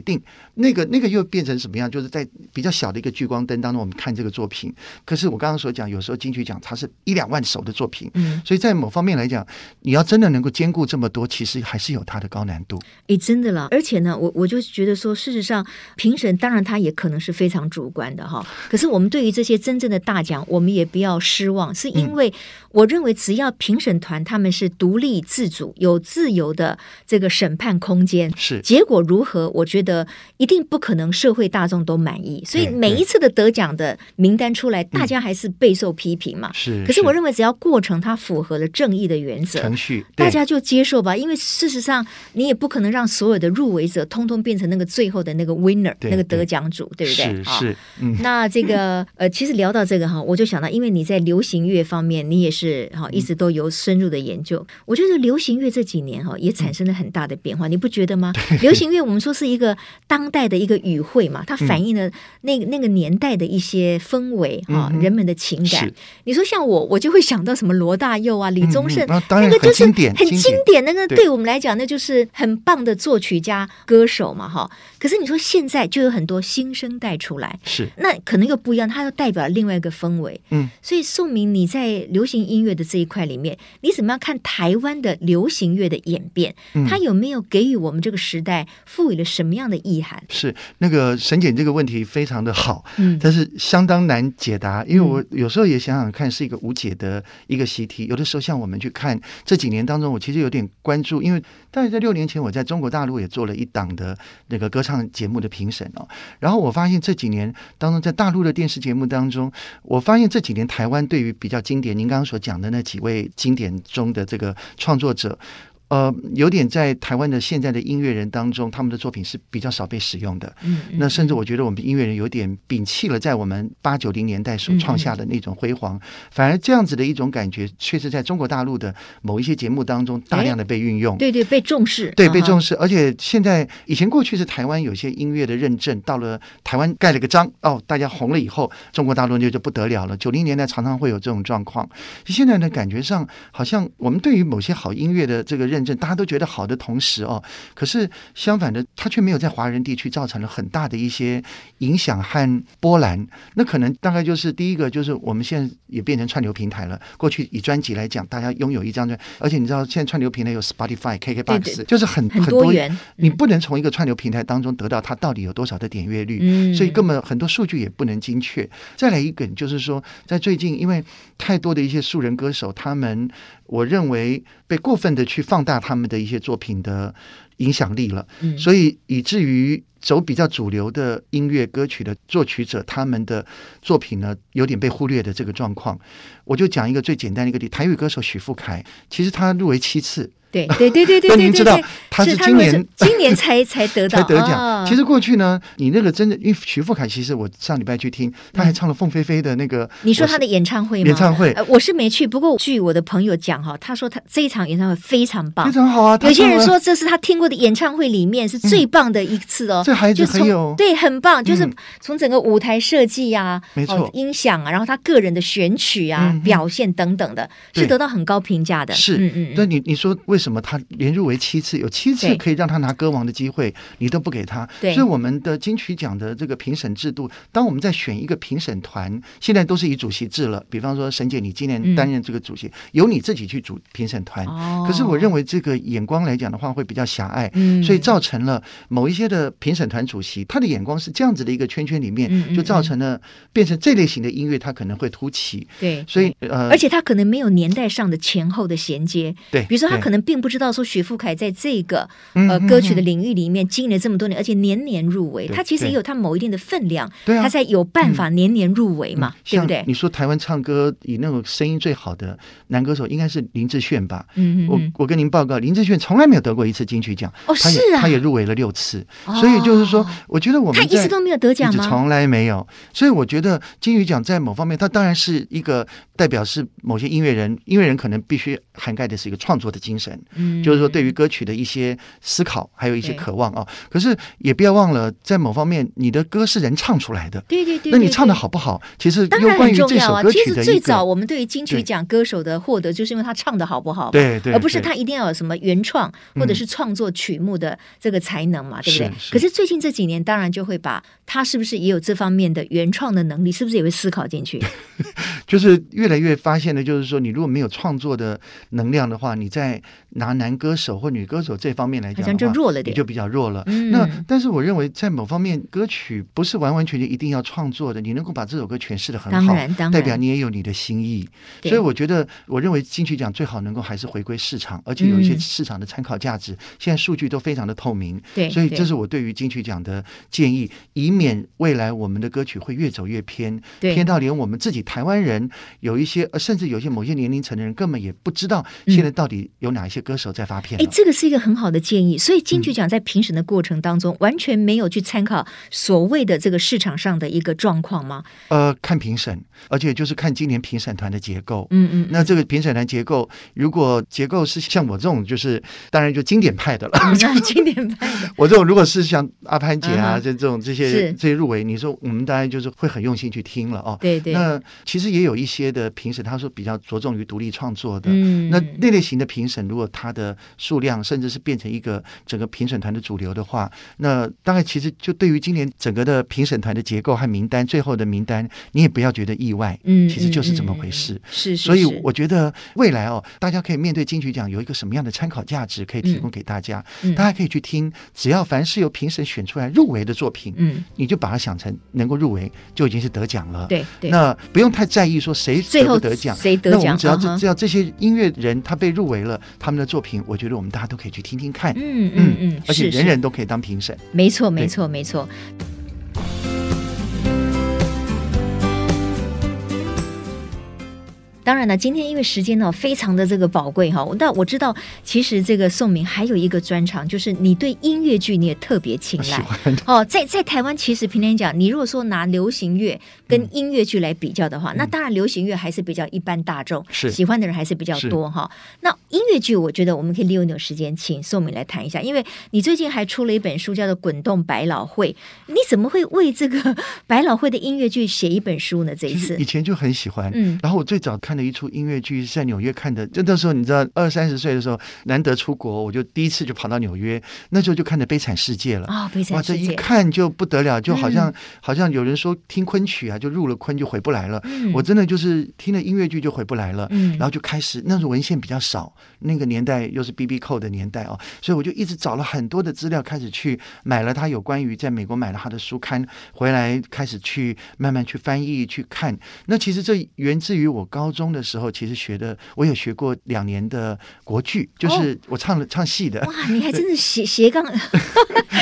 Speaker 2: 定，那个那个又变成什么样？就是在比较小的一个聚光灯当中，我们看这个作品。可是我刚刚所讲，有时候金曲奖它是一两万首的作品，
Speaker 1: 嗯，
Speaker 2: 所以在某方面来讲，你要真的能够兼顾这么多，其实还是有它的高难度。
Speaker 1: 诶，哎真的了，而且呢，我我就觉得说，事实上，评审当然他也可能是非常主观的哈。可是我们对于这些真正的大奖，我们也不要失望，是
Speaker 2: 嗯
Speaker 1: 因为我认为只要评审团他们是独立自主、有自由的这个审判空间，
Speaker 2: 是
Speaker 1: 结果如何，我觉得一定不可能社会大众都满意。所以
Speaker 2: 对
Speaker 1: 每一
Speaker 2: 对嗯
Speaker 1: 次的得奖的名单出来，大家还是备受批评嘛。
Speaker 2: 是，
Speaker 1: 可是我
Speaker 2: 认
Speaker 1: 认为，只要过程它符合了正义的原则，
Speaker 2: 程序
Speaker 1: 大
Speaker 2: 对
Speaker 1: 家就接受吧，因为事实上你也不可能让所有的入围者通通变成那个最后的那个 winner，
Speaker 2: 对
Speaker 1: 那个得奖主，对不对？
Speaker 2: 是
Speaker 1: 啊。
Speaker 2: 是嗯。
Speaker 1: 那这 个呃，其实聊到这个哈，我就想到，因为你在流行乐方面，你也是哈
Speaker 2: 嗯
Speaker 1: 一直都有深入的研究。我觉得流行乐这几年哈也产生了很大的变
Speaker 2: 嗯
Speaker 1: 化，你不觉得吗？流行乐我们说是一个当代的一个语汇嘛，它
Speaker 2: 嗯
Speaker 1: 反映了那个那个年代的一些氛围哈，
Speaker 2: 嗯哼
Speaker 1: 人们的情感
Speaker 2: 是。
Speaker 1: 你说像我，我就会想到什么罗大佑啊、李宗盛
Speaker 2: 嗯，那当然
Speaker 1: 那个就是
Speaker 2: 很经典
Speaker 1: 很
Speaker 2: 经
Speaker 1: 经典。
Speaker 2: 典
Speaker 1: 那个
Speaker 2: 对
Speaker 1: 对我们来讲，那就是很棒的作曲家、歌手嘛，哈。可是你说现在就有很多新生代出来，
Speaker 2: 是，
Speaker 1: 那可能又不一样，它又代表另外一个氛围。
Speaker 2: 嗯，
Speaker 1: 所以宋明，你在流行音乐的这一块里面，你怎么样看台湾的流行乐的演变？
Speaker 2: 嗯
Speaker 1: 它有没有给予我们这个时代赋予了什么样的意涵？
Speaker 2: 是那个沈姐这个问题非常的好，
Speaker 1: 嗯
Speaker 2: 但是相当难解答，因为我有时候也想想看，是一个无解的一个习题。有的时候像我们去看这几年当中，我其实有点关注，因为大概在六年前，我在中国大陆也做了一档的那个歌唱节目的评审哦。然后我发现这几年当中，在大陆的电视节目当中，我发现这几年台湾对于比较经典，您刚刚所讲的那几位经典中的这个创作者。呃，有点在台湾的现在的音乐人当中，他们的作品是比较少被使用的。
Speaker 1: 嗯，嗯
Speaker 2: 那甚至我觉得我们音乐人有点摒弃了在我们八九零年代
Speaker 1: 嗯
Speaker 2: 所创下的那种辉煌，反而这样子的一种感觉，确实在中国大陆的某一些节目当中大量的被运用。
Speaker 1: 对对，被重视，啊
Speaker 2: 对，被重
Speaker 1: 视，
Speaker 2: 视，而且现在以前过去是台湾有些音乐的认证，到了台湾盖了个章，哦，大家红了以后，中国大陆就就不得了了。九零年代常常会有这种状况，现在呢，感觉上好像我们对于某些好音乐的这个认证，大家都觉得好的同时哦，可是相反的，它却没有在华人地区造成了很大的一些影响和波澜。那可能大概就是第一个，就是我们现在也变成串流平台了。过去以专辑来讲，大家拥有一张专，而且你知道现在串流平台有 Spotify、KKBox，
Speaker 1: 嗯对对
Speaker 2: 就是很
Speaker 1: 很多
Speaker 2: 多
Speaker 1: 元，嗯
Speaker 2: 你不能从一个串流平台当中得到它到底有多少的点阅率。
Speaker 1: 嗯，
Speaker 2: 所以根本很多数据也不能精确。再来一个就是说，在最近因为太多的一些素人歌手，他们我认为被过分的去放大他们的一些作品的影响力了，
Speaker 1: 嗯
Speaker 2: 所以以至于走比较主流的音乐歌曲的作曲者，他们的作品呢有点被忽略的这个状况。我就讲一个最简单的一个例，台语歌手许富凯，其实他入围七次，
Speaker 1: 对对对对对对
Speaker 2: 但
Speaker 1: 对，
Speaker 2: 您知道
Speaker 1: 对
Speaker 2: 他
Speaker 1: 是
Speaker 2: 是今年
Speaker 1: 们是今年才才得到
Speaker 2: 才得
Speaker 1: 啊
Speaker 2: 奖。其实过去呢，你那个真的，因为徐富凯，其实我上礼拜去听，他还唱了凤飞飞的那个。
Speaker 1: 你说
Speaker 2: 我是
Speaker 1: 他的演唱会吗？
Speaker 2: 演唱会
Speaker 1: 呃我是没去，不过据我的朋友讲哈，他说他这一场演唱会非常棒
Speaker 2: 非。常好啊？他
Speaker 1: 有些人
Speaker 2: 唱了
Speaker 1: 说这是他听过的演唱会里面是最棒的一次哦，
Speaker 2: 这孩子
Speaker 1: 就从
Speaker 2: 很有
Speaker 1: 对，很棒，就是
Speaker 2: 嗯
Speaker 1: 从整个舞台设计呀、
Speaker 2: 没错
Speaker 1: 哦音响啊，然后他个人的选曲啊、
Speaker 2: 嗯嗯
Speaker 1: 表现等等的，
Speaker 2: 对
Speaker 1: 是得到很高评价的。
Speaker 2: 是，
Speaker 1: 嗯嗯
Speaker 2: 那
Speaker 1: 嗯，
Speaker 2: 你你说为什么他连入围七次，有七次
Speaker 1: 对
Speaker 2: 可以让他拿歌王的机会，你都不给他？
Speaker 1: 对
Speaker 2: 所以我们的金曲奖的这个评审制度，当我们在选一个评审团，现在都是以主席制了。比方说，沈姐，你今
Speaker 1: 嗯
Speaker 2: 年担任这个主席，由你自己去主评审团。
Speaker 1: 哦
Speaker 2: 可是我认为这个眼光来讲的话，会比较狭隘。
Speaker 1: 嗯
Speaker 2: 所以造成了某一些的评审团主席，他的眼光是这样子的一个圈圈里
Speaker 1: 嗯嗯
Speaker 2: 面，就造成了变成这类型的音乐，它可能会突起。
Speaker 1: 对，
Speaker 2: 所以呃
Speaker 1: 而，且他可能没有年代上的前后的衔接，
Speaker 2: 对，
Speaker 1: 比如说他
Speaker 2: 对
Speaker 1: 可能并不知道说许富凯在这个
Speaker 2: 嗯
Speaker 1: 呃
Speaker 2: 嗯
Speaker 1: 歌曲的
Speaker 2: 嗯
Speaker 1: 领域里面经营了这么多年，而且年年入围，
Speaker 2: 对
Speaker 1: 他其实
Speaker 2: 对
Speaker 1: 也有他某一定的分量，
Speaker 2: 对啊嗯
Speaker 1: 他才有办法年年入围嘛，对不
Speaker 2: 像
Speaker 1: 对？
Speaker 2: 你说台湾唱歌以那种声音最好的男歌手应该是林志炫吧？
Speaker 1: 嗯嗯
Speaker 2: 我
Speaker 1: 嗯，
Speaker 2: 我跟您报告，林志炫从来没有得过一次金曲奖，
Speaker 1: 哦
Speaker 2: 他也
Speaker 1: 是啊
Speaker 2: 他也入围了六次，所以就是说
Speaker 1: 哦，
Speaker 2: 我觉得我们
Speaker 1: 他一
Speaker 2: 在
Speaker 1: 直都没有得奖
Speaker 2: 一直
Speaker 1: 吗？
Speaker 2: 从来没有，所以我觉得金曲奖在某方面，它当然是一个代表是某些音乐人，音乐人可能必须涵盖的是一个创作的精神，
Speaker 1: 嗯
Speaker 2: 就是说对于歌曲的一些思考，还有一些
Speaker 1: 对
Speaker 2: 渴望啊。可是也不要忘了，在某方面，你的歌是人唱出来的，
Speaker 1: 对对对，
Speaker 2: 那你
Speaker 1: 对
Speaker 2: 唱的
Speaker 1: 对
Speaker 2: 好不好，其实
Speaker 1: 当
Speaker 2: 又
Speaker 1: 然
Speaker 2: 关
Speaker 1: 很
Speaker 2: 于
Speaker 1: 重
Speaker 2: 这
Speaker 1: 要
Speaker 2: 首
Speaker 1: 啊。
Speaker 2: 歌
Speaker 1: 其
Speaker 2: 曲的
Speaker 1: 实
Speaker 2: 一
Speaker 1: 最
Speaker 2: 个
Speaker 1: 早。我们对于金曲
Speaker 2: 对
Speaker 1: 奖歌手的获得，就是因为他唱的好不好嘛，
Speaker 2: 对对，
Speaker 1: 而不是
Speaker 2: 对
Speaker 1: 他一定要有什么原创
Speaker 2: 嗯
Speaker 1: 或者是创作曲目的这个才能嘛，对不对？
Speaker 2: 是是
Speaker 1: 可是最近这几年，当然就会把他是不是也有这方面的原创的能力，是不是也会思考进去？
Speaker 2: 就是越来越发现的，就是说，你如果没有创作的能量的话，你在拿男歌手或女歌手这方面来
Speaker 1: 好
Speaker 2: 讲
Speaker 1: 像
Speaker 2: 的
Speaker 1: 就
Speaker 2: 话，
Speaker 1: 弱了
Speaker 2: 你
Speaker 1: 点
Speaker 2: 就。比较弱了。
Speaker 1: 嗯
Speaker 2: 那但是我认为，在某方面，歌曲不是完完全全一定要创作的，你能够把这首歌诠释的很
Speaker 1: 当
Speaker 2: 好，
Speaker 1: 然，当然，
Speaker 2: 代表你也有你的心意。
Speaker 1: 对
Speaker 2: 所以我觉得，我认为金曲奖最好能够还是回归市场，而且有一些
Speaker 1: 嗯
Speaker 2: 市场的参考价值。现在数据都非常的透明，
Speaker 1: 对，
Speaker 2: 所以
Speaker 1: 对
Speaker 2: 这是我对于金曲奖的建议，以免未来我们的歌曲会越走越偏，
Speaker 1: 对
Speaker 2: 偏到连我们自己台湾人有一些，呃甚至有些某些年龄层的人根本也不知道
Speaker 1: 嗯
Speaker 2: 现在到底有哪一些歌手在发片
Speaker 1: 哎，
Speaker 2: 了。
Speaker 1: 这个是一个很好的建议。所以金
Speaker 2: 嗯
Speaker 1: 曲奖在评审的过程当中，完全没有去参考所谓的这个市场上的一个状况吗？
Speaker 2: 呃，看评审，而且就是看今年评审团的结构。
Speaker 1: 嗯嗯，
Speaker 2: 那这个评审团结构，如果结构是像我这种，就是当然就经典派的 了。
Speaker 1: 嗯那经典派 的，
Speaker 2: 我这种如果是像阿潘姐
Speaker 1: 嗯
Speaker 2: 啊，
Speaker 1: 哼
Speaker 2: 这这种这些
Speaker 1: 是
Speaker 2: 这些入围，你说我们当然就是会很用心去听了哦。
Speaker 1: 对对，
Speaker 2: 那其实也有一些的评审，他说比较着重于独立创作的。
Speaker 1: 嗯，
Speaker 2: 那那类型的评审，如果它的数量甚至是变成一个整个评审团的主流的话，那当然其实就对于今年整个的评审团的结构和名单，最后的名单，你也不要觉得意外，
Speaker 1: 嗯，
Speaker 2: 其实就是这么
Speaker 1: 嗯
Speaker 2: 回事。，
Speaker 1: 嗯是，是
Speaker 2: 所以
Speaker 1: 是
Speaker 2: 我觉得未来哦，大家可以面对金曲奖有一个什么样的参考价值可以提供给大家，
Speaker 1: 嗯嗯
Speaker 2: 大家可以去听，只要凡是由评审选出来入围的作品，
Speaker 1: 嗯，
Speaker 2: 你就把它想成能够入围就已经是得奖了。，
Speaker 1: 对对，
Speaker 2: 那不用太在意说谁
Speaker 1: 最
Speaker 2: 得
Speaker 1: 后
Speaker 2: 不得奖。
Speaker 1: 谁得
Speaker 2: 那我
Speaker 1: 奖？
Speaker 2: 们只要这
Speaker 1: 啊哈
Speaker 2: 只要这些音乐人他被入围了，他们的作品，我觉得我们大家都可以去听听看，
Speaker 1: 嗯嗯嗯，
Speaker 2: 而且
Speaker 1: 是
Speaker 2: 人人都可以当评审。
Speaker 1: 是没错没
Speaker 2: 对
Speaker 1: 错没错。当然了，今天因为时间呢非常的这个宝贵哈，但我知道其实这个宋明还有一个专长，就是你对音乐剧你也特别青睐
Speaker 2: 啊喜。欢
Speaker 1: 哦，在在台湾，其实平常讲，你如果说拿流行乐
Speaker 2: 嗯
Speaker 1: 跟音乐剧来比较的话，那当然流行乐还是比较一般大众，
Speaker 2: 是
Speaker 1: 喜欢的人还是比较多哈。那音乐剧，我觉得我们可以利用一点时间，请宋敏来谈一下，因为你最近还出了一本书，叫做《滚动百老汇》，你怎么会为这个百老汇的音乐剧写一本书呢？这一
Speaker 2: 其实
Speaker 1: 次
Speaker 2: 以，前就很喜欢，
Speaker 1: 嗯
Speaker 2: 然后我最早看的一出音乐剧是在纽约看的，就那时候你知道，二三十岁的时候难得出国，我就第一次就跑到纽约，那时候就看的《悲惨世界》了。
Speaker 1: 啊， 悲
Speaker 2: 哇，
Speaker 1: 惨
Speaker 2: 这
Speaker 1: 世
Speaker 2: 一
Speaker 1: 界，嗯
Speaker 2: 看就不得了，就好像、好像有人说听昆曲啊，就入了昆就回不来了。
Speaker 1: 嗯
Speaker 2: 我真的就是听了音乐剧就回不来了，
Speaker 1: 嗯
Speaker 2: 然后就开始那时候文献比较少，那个年代又是 B B 扣的年代哦，所以我就一直找了很多的资料，开始去买了他有关于在美国买了他的书刊，回来开始去慢慢去翻译去看。那其实这源自于我高中的时候，其实学的我有学过两年的国剧，
Speaker 1: 哦
Speaker 2: 就是我唱了、唱戏的，
Speaker 1: 哇，你还真是斜斜杠，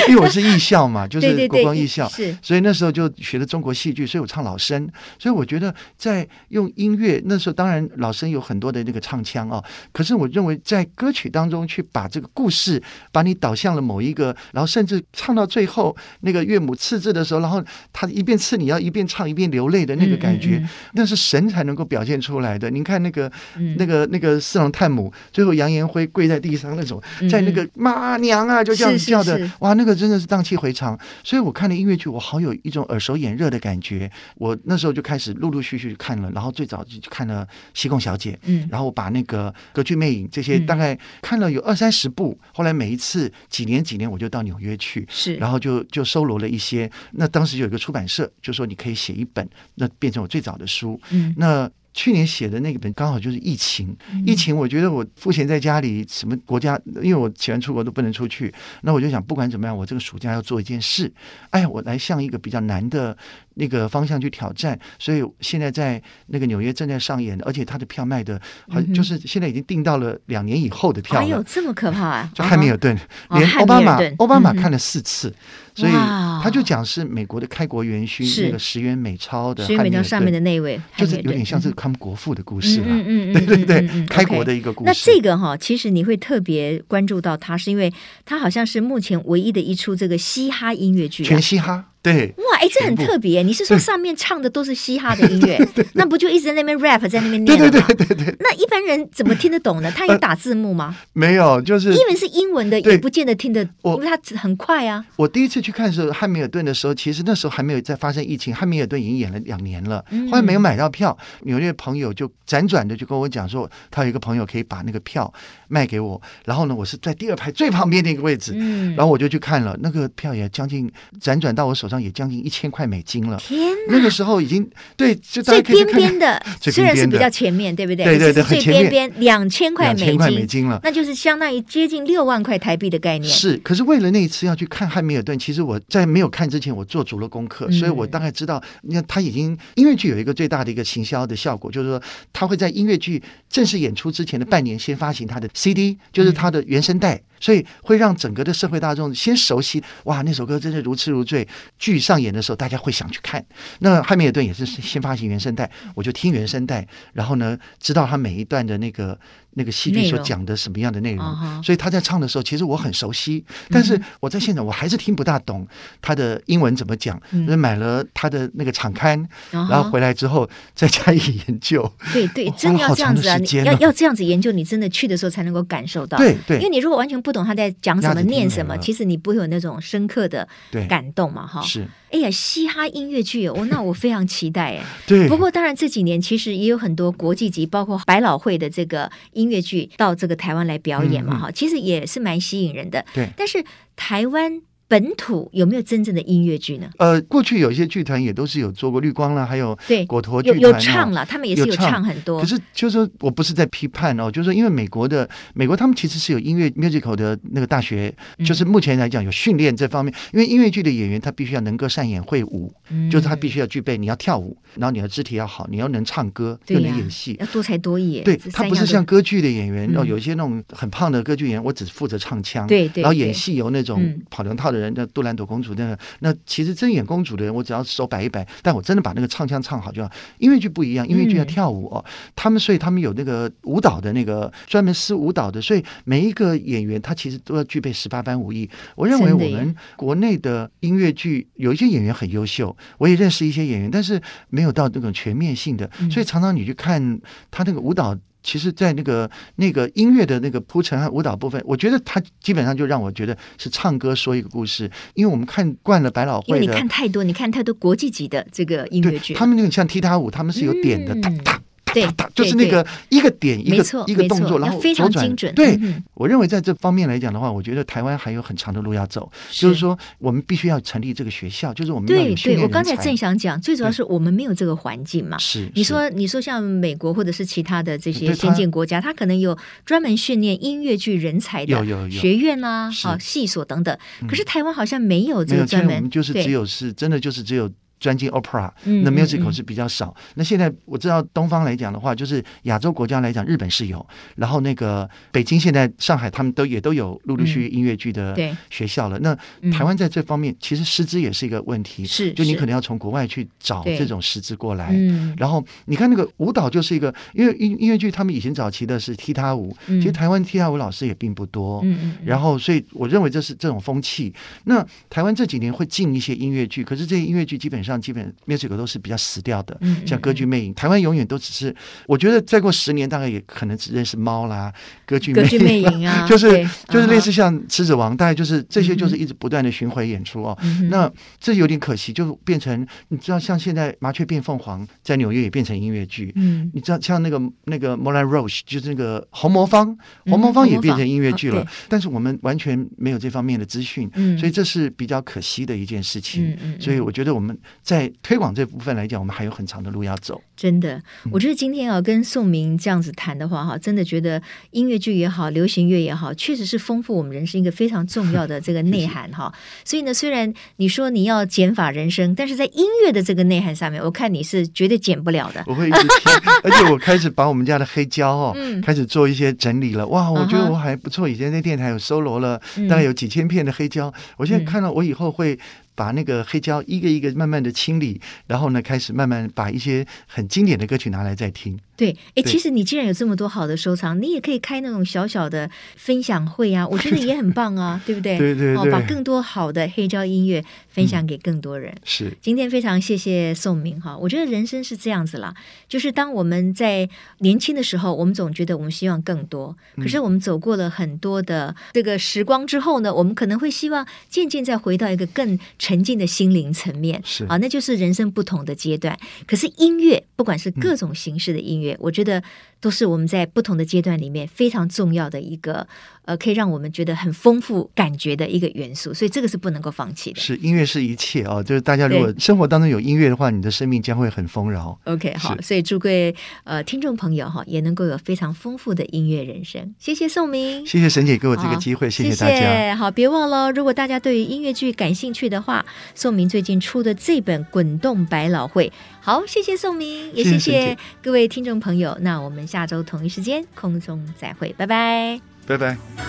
Speaker 2: 因为我是艺校嘛， 就
Speaker 1: 对
Speaker 2: 是
Speaker 1: 对
Speaker 2: 国
Speaker 1: 对，
Speaker 2: 光艺校。
Speaker 1: 是，
Speaker 2: 所以那时候就学了中国戏剧，所以我唱老生，所以我觉得在用音乐，那时候当然老生有很多的那个唱腔哦，可是我认为在歌曲当中去把这个故事，把你导向了某一个，然后甚至唱到最后那个岳母刺字的时候，然后他一边刺你要一边唱一边流泪的那个感觉，
Speaker 1: 嗯嗯嗯
Speaker 2: 那是神才能够表现出来的。您看那个、
Speaker 1: 嗯
Speaker 2: 那个那个四郎探母，最后杨延辉跪在地上那种，
Speaker 1: 嗯
Speaker 2: 在那个妈娘啊，就这样
Speaker 1: 是
Speaker 2: 子
Speaker 1: 是
Speaker 2: 叫的，
Speaker 1: 是
Speaker 2: 哇，那个真的是荡气回肠。所以我看了音乐剧，我好有一种耳熟眼热的感觉。我那时候就开始陆陆续续看了，然后最早就看了《西贡小姐》，
Speaker 1: 嗯，
Speaker 2: 然后我把那个《歌剧魅影》这些
Speaker 1: 嗯
Speaker 2: 大概看了有二三十部，后来每一次几年几年我就到纽约去，
Speaker 1: 是，
Speaker 2: 然后就就收罗了一些。那当时有一个出版社就说你可以写一本，那变成我最早的书。
Speaker 1: 嗯
Speaker 2: 那去年写的那个本刚好就是疫情，
Speaker 1: 嗯
Speaker 2: 疫情我觉得我赋闲在家里，什么国家，因为我喜欢出国都不能出去，那我就想不管怎么样，我这个暑假要做一件事，哎，我来向一个比较难的那个方向去挑战，所以现在在那个纽约正在上演，而且它的票卖的，好
Speaker 1: 嗯哼
Speaker 2: 就是现在已经订到了两年以后的票
Speaker 1: 哎
Speaker 2: 了。
Speaker 1: 呦，这么可怕啊！
Speaker 2: 就汉密尔顿， 连
Speaker 1: 汉
Speaker 2: 奥巴
Speaker 1: 密尔
Speaker 2: 马
Speaker 1: 顿，
Speaker 2: 奥巴马
Speaker 1: 嗯哼
Speaker 2: 看了四次，所以
Speaker 1: 哇哦
Speaker 2: 他就讲是美国的开国元勋，
Speaker 1: 是
Speaker 2: 那个石原美超的
Speaker 1: 所以
Speaker 2: 汉
Speaker 1: 美
Speaker 2: 密
Speaker 1: 章
Speaker 2: 尔
Speaker 1: 上面
Speaker 2: 顿
Speaker 1: 的那一位，汉
Speaker 2: 就
Speaker 1: 密
Speaker 2: 是
Speaker 1: 尔
Speaker 2: 有
Speaker 1: 顿
Speaker 2: 点像是
Speaker 1: 嗯
Speaker 2: 他们国父的故事啦。啊
Speaker 1: 嗯嗯嗯嗯，
Speaker 2: 对对
Speaker 1: 嗯嗯
Speaker 2: 对
Speaker 1: 嗯，
Speaker 2: 开国的
Speaker 1: OK
Speaker 2: 一个故事。
Speaker 1: 那这啊个哈，其实你会特别关注到它，是因为它好像是目前唯一的一出这个嘻哈音乐剧啊、
Speaker 2: 全嘻哈，对
Speaker 1: 哇，哎，这很特别。你是说上面唱的都是嘻哈的音 乐，那不就一直在那边 rap，在那边念吗？对对对对那一般人怎么听得懂呢？他有打字幕吗？
Speaker 2: 没有，呃就是
Speaker 1: 因为是英文的，
Speaker 2: 对
Speaker 1: 也不见得听得，
Speaker 2: 我
Speaker 1: 因为它很快啊。
Speaker 2: 我第一次去看的时候，汉密尔顿的时候，其实那时候还没有在发生疫情，汉密尔顿已经演了两年了，
Speaker 1: 嗯
Speaker 2: 后来没有买到票，纽约朋友就辗转的就跟我讲说，他有一个朋友可以把那个票卖给我，然后呢，我是在第二排最旁边的一个位置，
Speaker 1: 嗯，
Speaker 2: 然后我就去看了，那个票也将近辗转到我手上也将近一千块美金了。
Speaker 1: 天哪，
Speaker 2: 那个时候已经对，就大
Speaker 1: 最
Speaker 2: 家可以去
Speaker 1: 边
Speaker 2: 看看
Speaker 1: 边的，
Speaker 2: 最边边的
Speaker 1: 虽然是比较前面，对不对？
Speaker 2: 对对对
Speaker 1: 可是
Speaker 2: 很
Speaker 1: 最
Speaker 2: 前
Speaker 1: 边
Speaker 2: 面
Speaker 1: 边两千块
Speaker 2: 两
Speaker 1: 美
Speaker 2: 千块美
Speaker 1: 金，
Speaker 2: 金了。
Speaker 1: 那就是相当于接近六万块台币的概念。
Speaker 2: 嗯是，可是为了那一次要去看汉密尔顿，其实我在没有看之前，我做足了功课，
Speaker 1: 嗯
Speaker 2: 所以我大概知道，那他已经音乐剧有一个最大的一个行销的效果，就是说他会在音乐剧正式演出之前的半年先发行他的 CD，就是他的原声带。
Speaker 1: 嗯
Speaker 2: 所以会让整个的社会大众先熟悉，哇，那首歌真是如痴如醉。剧上演的时候，大家会想去看。那汉密尔顿也是先发行原声带，我就听原声带，然后呢，知道他每一段的那个那个戏剧
Speaker 1: 内
Speaker 2: 所
Speaker 1: 容
Speaker 2: 讲的什么样的内容。
Speaker 1: 啊哈
Speaker 2: 所以他在唱的时候，其实我很熟悉，但
Speaker 1: 嗯
Speaker 2: 是我在现场我还是听不大懂他的英文怎么讲。
Speaker 1: 嗯
Speaker 2: 就是买了他的那个场刊，
Speaker 1: 然
Speaker 2: 然后回来之后在家里研究。
Speaker 1: 哦对对，
Speaker 2: 我
Speaker 1: 真的
Speaker 2: 花了
Speaker 1: 要
Speaker 2: 好
Speaker 1: 这样
Speaker 2: 长的
Speaker 1: 子啊！
Speaker 2: 时
Speaker 1: 你
Speaker 2: 间
Speaker 1: 要
Speaker 2: 呢
Speaker 1: 要这样子研究，你真的去的时候才能够感受到。
Speaker 2: 对
Speaker 1: 因为
Speaker 2: 对
Speaker 1: 你如果完全不懂他在讲什
Speaker 2: 鸭
Speaker 1: 么、
Speaker 2: 子听
Speaker 1: 念
Speaker 2: 人
Speaker 1: 什么，
Speaker 2: 了
Speaker 1: 其实你不会有那种深刻的
Speaker 2: 对，
Speaker 1: 感动嘛，哈。
Speaker 2: 是，
Speaker 1: 哎呀，嘻哈音乐剧哦，哦那我非常期待哎。
Speaker 2: 对。
Speaker 1: 不过当然这几年其实也有很多国际级，包括百老汇的这个音乐剧到这个台湾来表演嘛，
Speaker 2: 嗯嗯
Speaker 1: 哈、其实也是蛮吸引人的。
Speaker 2: 对
Speaker 1: 但是台湾本土有没有真正的音乐剧呢？
Speaker 2: 呃，过去有一些剧团也都是有做过绿光啦，还有
Speaker 1: 对，
Speaker 2: 果陀剧
Speaker 1: 有
Speaker 2: 团、啊
Speaker 1: 有唱。了，他们也是
Speaker 2: 有
Speaker 1: 有
Speaker 2: 唱
Speaker 1: 唱很多。
Speaker 2: 可是，就是说我不是在批判哦，就是说因为美国的美国，他们其实是有音乐 musical 的那个大学，
Speaker 1: 嗯
Speaker 2: 就是目前来讲有训练这方面。因为音乐剧的演员他必须要能够善演会舞，
Speaker 1: 嗯
Speaker 2: 就是他必须要具备，你要跳舞，然后你的肢体要好，你要能唱歌，
Speaker 1: 对
Speaker 2: 又
Speaker 1: 呀
Speaker 2: 能演戏。
Speaker 1: 要多才多艺耶。
Speaker 2: 对
Speaker 1: 这
Speaker 2: 他
Speaker 1: 三
Speaker 2: 不
Speaker 1: 样都
Speaker 2: 是像歌剧的演员，哦，
Speaker 1: 嗯
Speaker 2: 有一些那种很胖的歌剧演员，我只负责唱腔，
Speaker 1: 对对
Speaker 2: 然后演
Speaker 1: 对
Speaker 2: 戏由那种
Speaker 1: 嗯
Speaker 2: 跑龙套的人，那杜兰朵公主那个，那其实真演公主的人，我只要手摆一摆，但我真的把那个唱腔唱好就好。音乐剧不一样，音乐剧要
Speaker 1: 嗯
Speaker 2: 跳舞哦，他们所以他们有那个舞蹈的那个专门是舞蹈的，所以每一个演员他其实都要具备十八般武艺。我认为
Speaker 1: 真的
Speaker 2: 我
Speaker 1: 耶
Speaker 2: 们国内的音乐剧有一些演员很优秀，我也认识一些演员，但是没有到那种全面性的，
Speaker 1: 嗯
Speaker 2: 所以常常你去看他那个舞蹈。其实，在那个那个音乐的那个铺陈和舞蹈部分，我觉得他基本上就让我觉得是唱歌说一个故事，因为我们看惯了百老
Speaker 1: 因为
Speaker 2: 汇
Speaker 1: 你
Speaker 2: 的
Speaker 1: 看，太多，你看太多国际级的这个音乐
Speaker 2: 对
Speaker 1: 剧，
Speaker 2: 他们那个像踢踏舞，他们是有点的，
Speaker 1: 嗯
Speaker 2: 哒哒
Speaker 1: 对
Speaker 2: 哒哒，就是那个一个点一
Speaker 1: 没
Speaker 2: 个
Speaker 1: 错
Speaker 2: 一个
Speaker 1: 没错
Speaker 2: 动作，然
Speaker 1: 要
Speaker 2: 后
Speaker 1: 非
Speaker 2: 左
Speaker 1: 常
Speaker 2: 转
Speaker 1: 精准。
Speaker 2: 对
Speaker 1: 嗯，哼
Speaker 2: 我认为在这方面来讲的话，我觉得台湾还有很长的路要走，就是说我们必须要成立这个学校，就是我们要
Speaker 1: 对
Speaker 2: 有训
Speaker 1: 对，
Speaker 2: 练
Speaker 1: 我
Speaker 2: 人才。
Speaker 1: 刚才正想讲，最主要是我们没有这个环境嘛。
Speaker 2: 是
Speaker 1: 你
Speaker 2: 是
Speaker 1: 说，你说像美国或者是其他的这些
Speaker 2: 对
Speaker 1: 先
Speaker 2: 它
Speaker 1: 进国家，它可能有专门训练音乐剧人才
Speaker 2: 有
Speaker 1: 的
Speaker 2: 有有
Speaker 1: 学院啦、
Speaker 2: 是
Speaker 1: 啊、
Speaker 2: 嗯
Speaker 1: 系所等等。可是台湾好像没有这
Speaker 2: 没
Speaker 1: 个
Speaker 2: 有，现
Speaker 1: 专
Speaker 2: 在我
Speaker 1: 门，
Speaker 2: 们就是只
Speaker 1: 对
Speaker 2: 有是真的就是只有。专进 opera，
Speaker 1: 嗯
Speaker 2: 那
Speaker 1: 嗯
Speaker 2: musical
Speaker 1: 嗯
Speaker 2: 是比较少。那现在我知道东方来讲的话，就是亚洲国家来讲，日本是有，然后那个北京、现在上海他们都也都有陆陆续续音乐剧的
Speaker 1: 对嗯
Speaker 2: 学校了。那台湾在这方面其实师资也是一个问题，
Speaker 1: 是
Speaker 2: 就你
Speaker 1: 是
Speaker 2: 可能要从国外去找
Speaker 1: 对
Speaker 2: 这种师资过来。
Speaker 1: 嗯
Speaker 2: 然后你看那个舞蹈就是一个，因为音音乐剧他们以前早期的是踢踏舞，
Speaker 1: 嗯
Speaker 2: 其实台湾踢踏舞老师也并不多。
Speaker 1: 嗯嗯嗯
Speaker 2: 然后，所以我认为这是这种风气。那台湾这几年会进一些音乐剧，可是这些音乐剧基本上基本 musical 都是比较死掉的，
Speaker 1: 嗯嗯
Speaker 2: 像《歌剧魅影》，台湾永远都只是，我觉得再过十年大概也可能只认识猫啦，《歌剧
Speaker 1: 歌剧魅
Speaker 2: 魅影》啦
Speaker 1: 影啊，
Speaker 2: 就是
Speaker 1: 对
Speaker 2: 就是类似
Speaker 1: 啊
Speaker 2: 像《狮子王》，大概就是这些就是一直不断的巡回演出哦。
Speaker 1: 嗯哼
Speaker 2: 那这有点可惜，就变成你知道，像现在《麻雀变凤凰》在纽约也变成音乐剧。
Speaker 1: 嗯
Speaker 2: 你知道，像那个那个 m o l a n Roche，就是那个红魔方，
Speaker 1: 嗯
Speaker 2: 红魔方也变成音乐剧
Speaker 1: 嗯红
Speaker 2: 了
Speaker 1: 魔，
Speaker 2: 但是我们完全没有这方面的资讯，
Speaker 1: 嗯
Speaker 2: 所以这是比较可惜的一件事情。
Speaker 1: 嗯嗯，
Speaker 2: 所以我觉得我们在推广这部分来讲，我们还有很长的路要走。
Speaker 1: 真的，
Speaker 2: 嗯
Speaker 1: 我觉得今天啊，跟宋明这样子谈的话，哈，真的觉得音乐剧也好，流行乐也好，确实是丰富我们人生一个非常重要的这个内涵 哈。所以呢，虽然你说你要减法人生，但是在音乐的这个内涵上面，我看你是绝对减不了的。
Speaker 2: 我会一直听，而且我开始把我们家的黑胶哦，开始做一些整理了。哇，我觉
Speaker 1: 嗯
Speaker 2: 得
Speaker 1: 哼
Speaker 2: 我还不错，以前那电台有搜罗了
Speaker 1: 嗯
Speaker 2: 大概有几千片的黑胶，我现在
Speaker 1: 嗯
Speaker 2: 看到我以后会。把那个黑胶一个一个慢慢的清理，然后呢，开始慢慢把一些很经典的歌曲拿来再听。
Speaker 1: 对，哎，
Speaker 2: 对
Speaker 1: 其实你既然有这么多好的收藏，你也可以开那种小小的分享会啊，我觉得也很棒啊， 对不对？
Speaker 2: 对对
Speaker 1: 哦，
Speaker 2: 对嗯
Speaker 1: 把更多好的黑胶音乐分享给更多人。
Speaker 2: 是，
Speaker 1: 今天非常谢谢宋明哈，我觉得人生是这样子啦，就是当我们在年轻的时候，我们总觉得我们希望更多，可是我们走过了很多的这个时光之后呢，我们可能会希望渐渐再回到一个更沉静的心灵层面，
Speaker 2: 是
Speaker 1: 啊，那就是人生不同的阶段。可是音乐，不管是各种形式的音乐，我觉得都是我们在不同的阶段里面非常重要的一个呃，可以让我们觉得很丰富感觉的一个元素，所以这个是不能够放弃的。
Speaker 2: 是音乐是一切哦，就是大家如果生活当中有音乐的话，你的生命将会很丰饶。
Speaker 1: OK，好，
Speaker 2: 是
Speaker 1: 所以祝各位呃听众朋友哈，也能够有非常丰富的音乐人生。谢谢宋明，
Speaker 2: 谢谢沈姐给我这个
Speaker 1: 好
Speaker 2: 机会，谢
Speaker 1: 谢
Speaker 2: 大家。
Speaker 1: 好，别忘了，如果大家对于音乐剧感兴趣的话，宋明最近出的这本《滚动百老汇》。好，谢谢宋明，也
Speaker 2: 谢
Speaker 1: 谢
Speaker 2: 谢
Speaker 1: 谢
Speaker 2: 沈姐
Speaker 1: 各位听众朋友。那我们下周同一时间空中再会，拜拜。
Speaker 2: 拜拜。
Speaker 3: 「な